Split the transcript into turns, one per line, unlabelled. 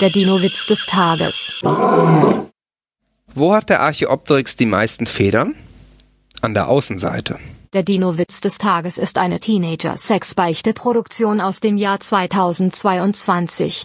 Der Dino-Witz des Tages.
Wo hat der Archaeopteryx die meisten Federn? An der Außenseite.
Der Dino-Witz des Tages ist eine Teenager-Sex-Beichte-Produktion aus dem Jahr 2022.